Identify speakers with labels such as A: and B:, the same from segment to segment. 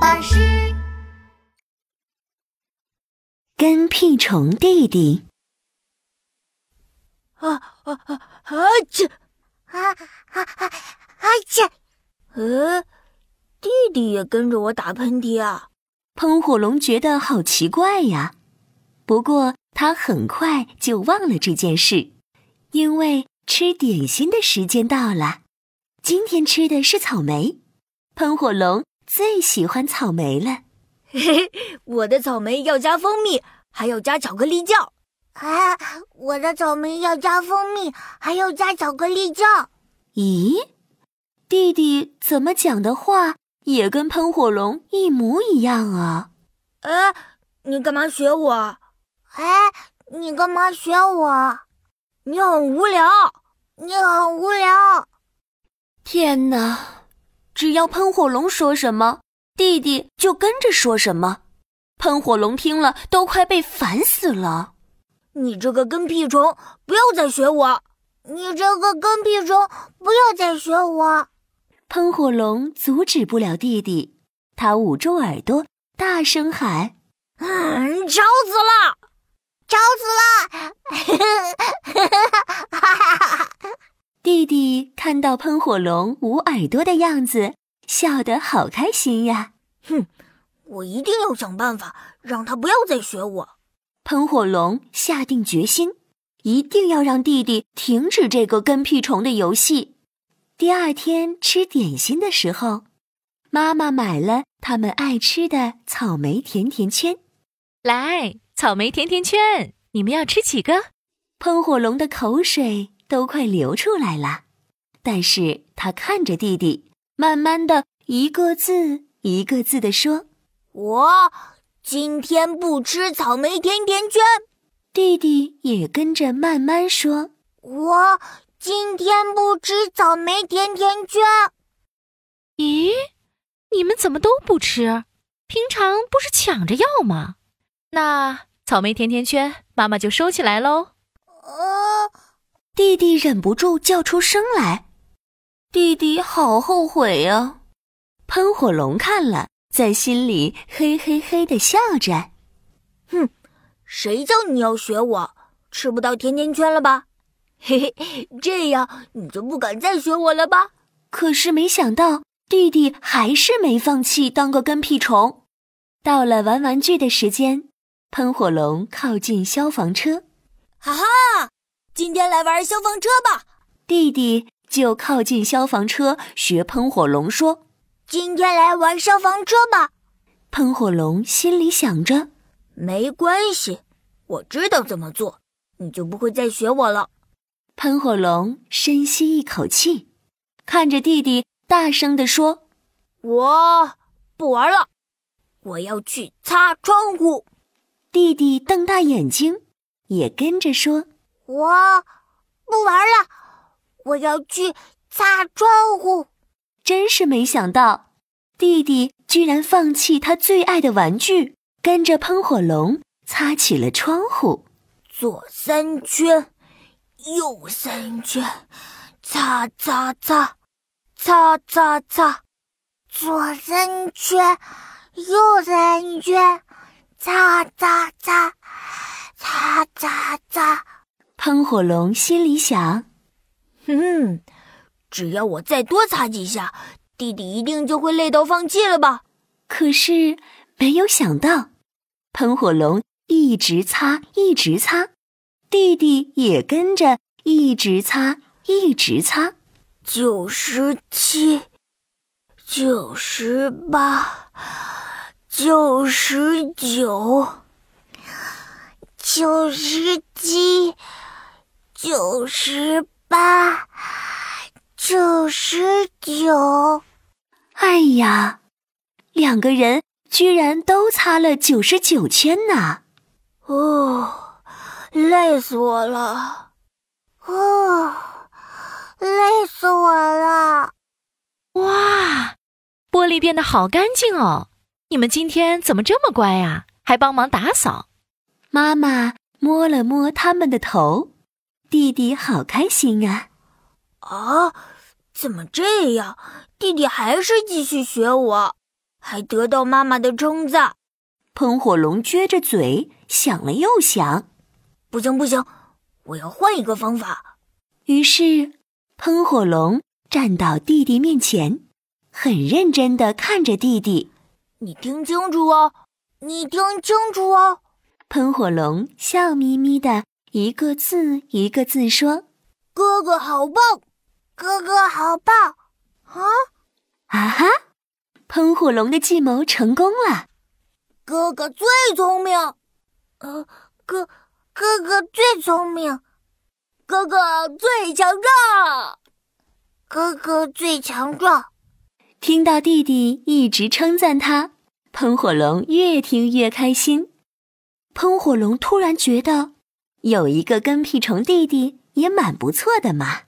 A: 巴士。
B: 跟屁虫弟弟，
C: 啊啊啊！啊这
A: 啊啊啊啊！这
C: 呃，弟弟也跟着我打喷嚏啊！
B: 喷火龙觉得好奇怪呀。不过他很快就忘了这件事，因为吃点心的时间到了。今天吃的是草莓，喷火龙最喜欢草莓了。
C: 嘿嘿，我的草莓要加蜂蜜，还要加巧克力酱。
A: 啊！我的草莓要加蜂蜜，还要加巧克力酱。
B: 咦，弟弟怎么讲的话也跟喷火龙一模一样啊？
C: 哎，你干嘛学我？
A: 哎，你干嘛学我？
C: 你很无聊。
A: 你很无聊。
B: 天哪！只要喷火龙说什么，弟弟就跟着说什么。喷火龙听了都快被烦死了。
C: 你这个跟屁虫，不要再学我！
A: 你这个跟屁虫，不要再学我！
B: 喷火龙阻止不了弟弟，他捂住耳朵，大声喊：“
C: 嗯，吵死了，
A: 吵死了！”
B: 弟弟看到喷火龙捂耳朵的样子，笑得好开心呀！
C: 哼，我一定要想办法让他不要再学我。
B: 喷火龙下定决心，一定要让弟弟停止这个跟屁虫的游戏。第二天吃点心的时候，妈妈买了他们爱吃的草莓甜甜圈。
D: 来，草莓甜甜圈，你们要吃几个？
B: 喷火龙的口水都快流出来了，但是他看着弟弟，慢慢的一个字一个字的说：“
C: 我。”今天不吃草莓甜甜圈，
B: 弟弟也跟着慢慢说：“
A: 我今天不吃草莓甜甜圈。”
D: 咦，你们怎么都不吃？平常不是抢着要吗？那草莓甜甜圈妈妈就收起来喽。
A: 呃，
B: 弟弟忍不住叫出声来。弟弟好后悔呀、啊！喷火龙看了。在心里嘿嘿嘿的笑着，
C: 哼，谁叫你要学我？吃不到甜甜圈了吧？ 嘿嘿，这样你就不敢再学我了吧？
B: 可是没想到，弟弟还是没放弃当个跟屁虫。到了玩玩具的时间，喷火龙靠近消防车，
C: 哈哈，今天来玩消防车吧！
B: 弟弟就靠近消防车学喷火龙说。
A: 今天来玩消防车吧，
B: 喷火龙心里想着。
C: 没关系，我知道怎么做，你就不会再学我了。
B: 喷火龙深吸一口气，看着弟弟，大声地说：“
C: 我不玩了，我要去擦窗户。”
B: 弟弟瞪大眼睛，也跟着说：“
A: 我不玩了，我要去擦窗户。”
B: 真是没想到，弟弟居然放弃他最爱的玩具，跟着喷火龙擦起了窗户。
C: 左三圈，右三圈，擦擦擦，擦擦擦。
A: 左三圈，右三圈，擦擦擦，擦擦擦。
B: 喷火龙心里想：“
C: 嗯。”只要我再多擦几下，弟弟一定就会累到放弃了吧？
B: 可是没有想到，喷火龙一直擦，一直擦，弟弟也跟着一直擦，一直擦。
C: 九十七，九十八，九十九，
A: 九十七，九十八。九十九，
B: 哎呀，两个人居然都擦了九十九圈呢！
C: 哦，累死我了！
A: 哦，累死我了！
D: 哇，玻璃变得好干净哦！你们今天怎么这么乖呀、啊？还帮忙打扫。
B: 妈妈摸了摸他们的头，弟弟好开心啊！
C: 啊！怎么这样？弟弟还是继续学我。还得到妈妈的称赞。
B: 喷火龙撅着嘴想了又想，
C: 不行不行，我要换一个方法。
B: 于是喷火龙站到弟弟面前，很认真的看着弟弟。
C: 你听清楚哦，你听清楚哦。
B: 喷火龙笑眯眯的，一个字一个字说
C: 哥哥好棒，
A: 哥哥好棒啊！：“
B: 啊哈！”喷火龙的计谋成功了。
A: 哥哥最聪明，呃，哥哥哥最聪明，
C: 哥哥最强壮。
A: 哥哥最强壮。
B: 听到弟弟一直称赞他，喷火龙越听越开心。喷火龙突然觉得，有一个跟屁虫弟弟也蛮不错的嘛。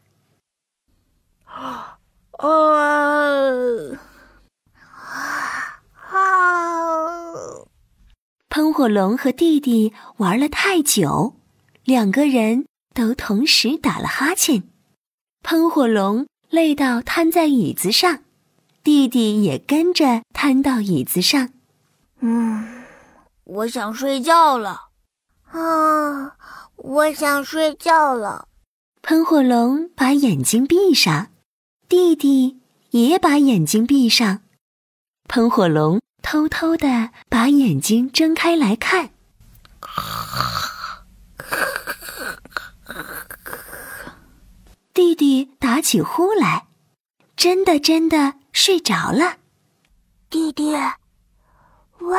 C: 呃，
A: 啊，
B: 喷火龙和弟弟玩了太久，两个人都同时打了哈欠。喷火龙累到瘫在椅子上，弟弟也跟着瘫到椅子上。
C: 嗯，我想睡觉了。
A: 啊，我想睡觉了。
B: 喷火龙把眼睛闭上，弟弟也把眼睛闭上。喷火龙偷偷的把眼睛睁开来看，弟弟打起呼来，真的真的睡着了。
A: 弟弟，喂，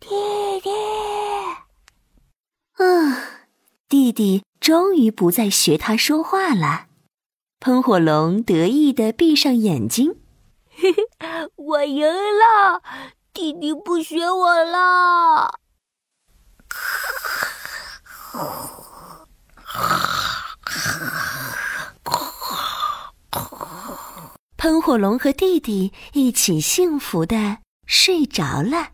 A: 弟弟，
B: 嗯，弟弟终于不再学他说话了。喷火龙得意的闭上眼睛，
C: 我赢了，弟弟不学我了。
B: 喷火龙和弟弟一起幸福的睡着了。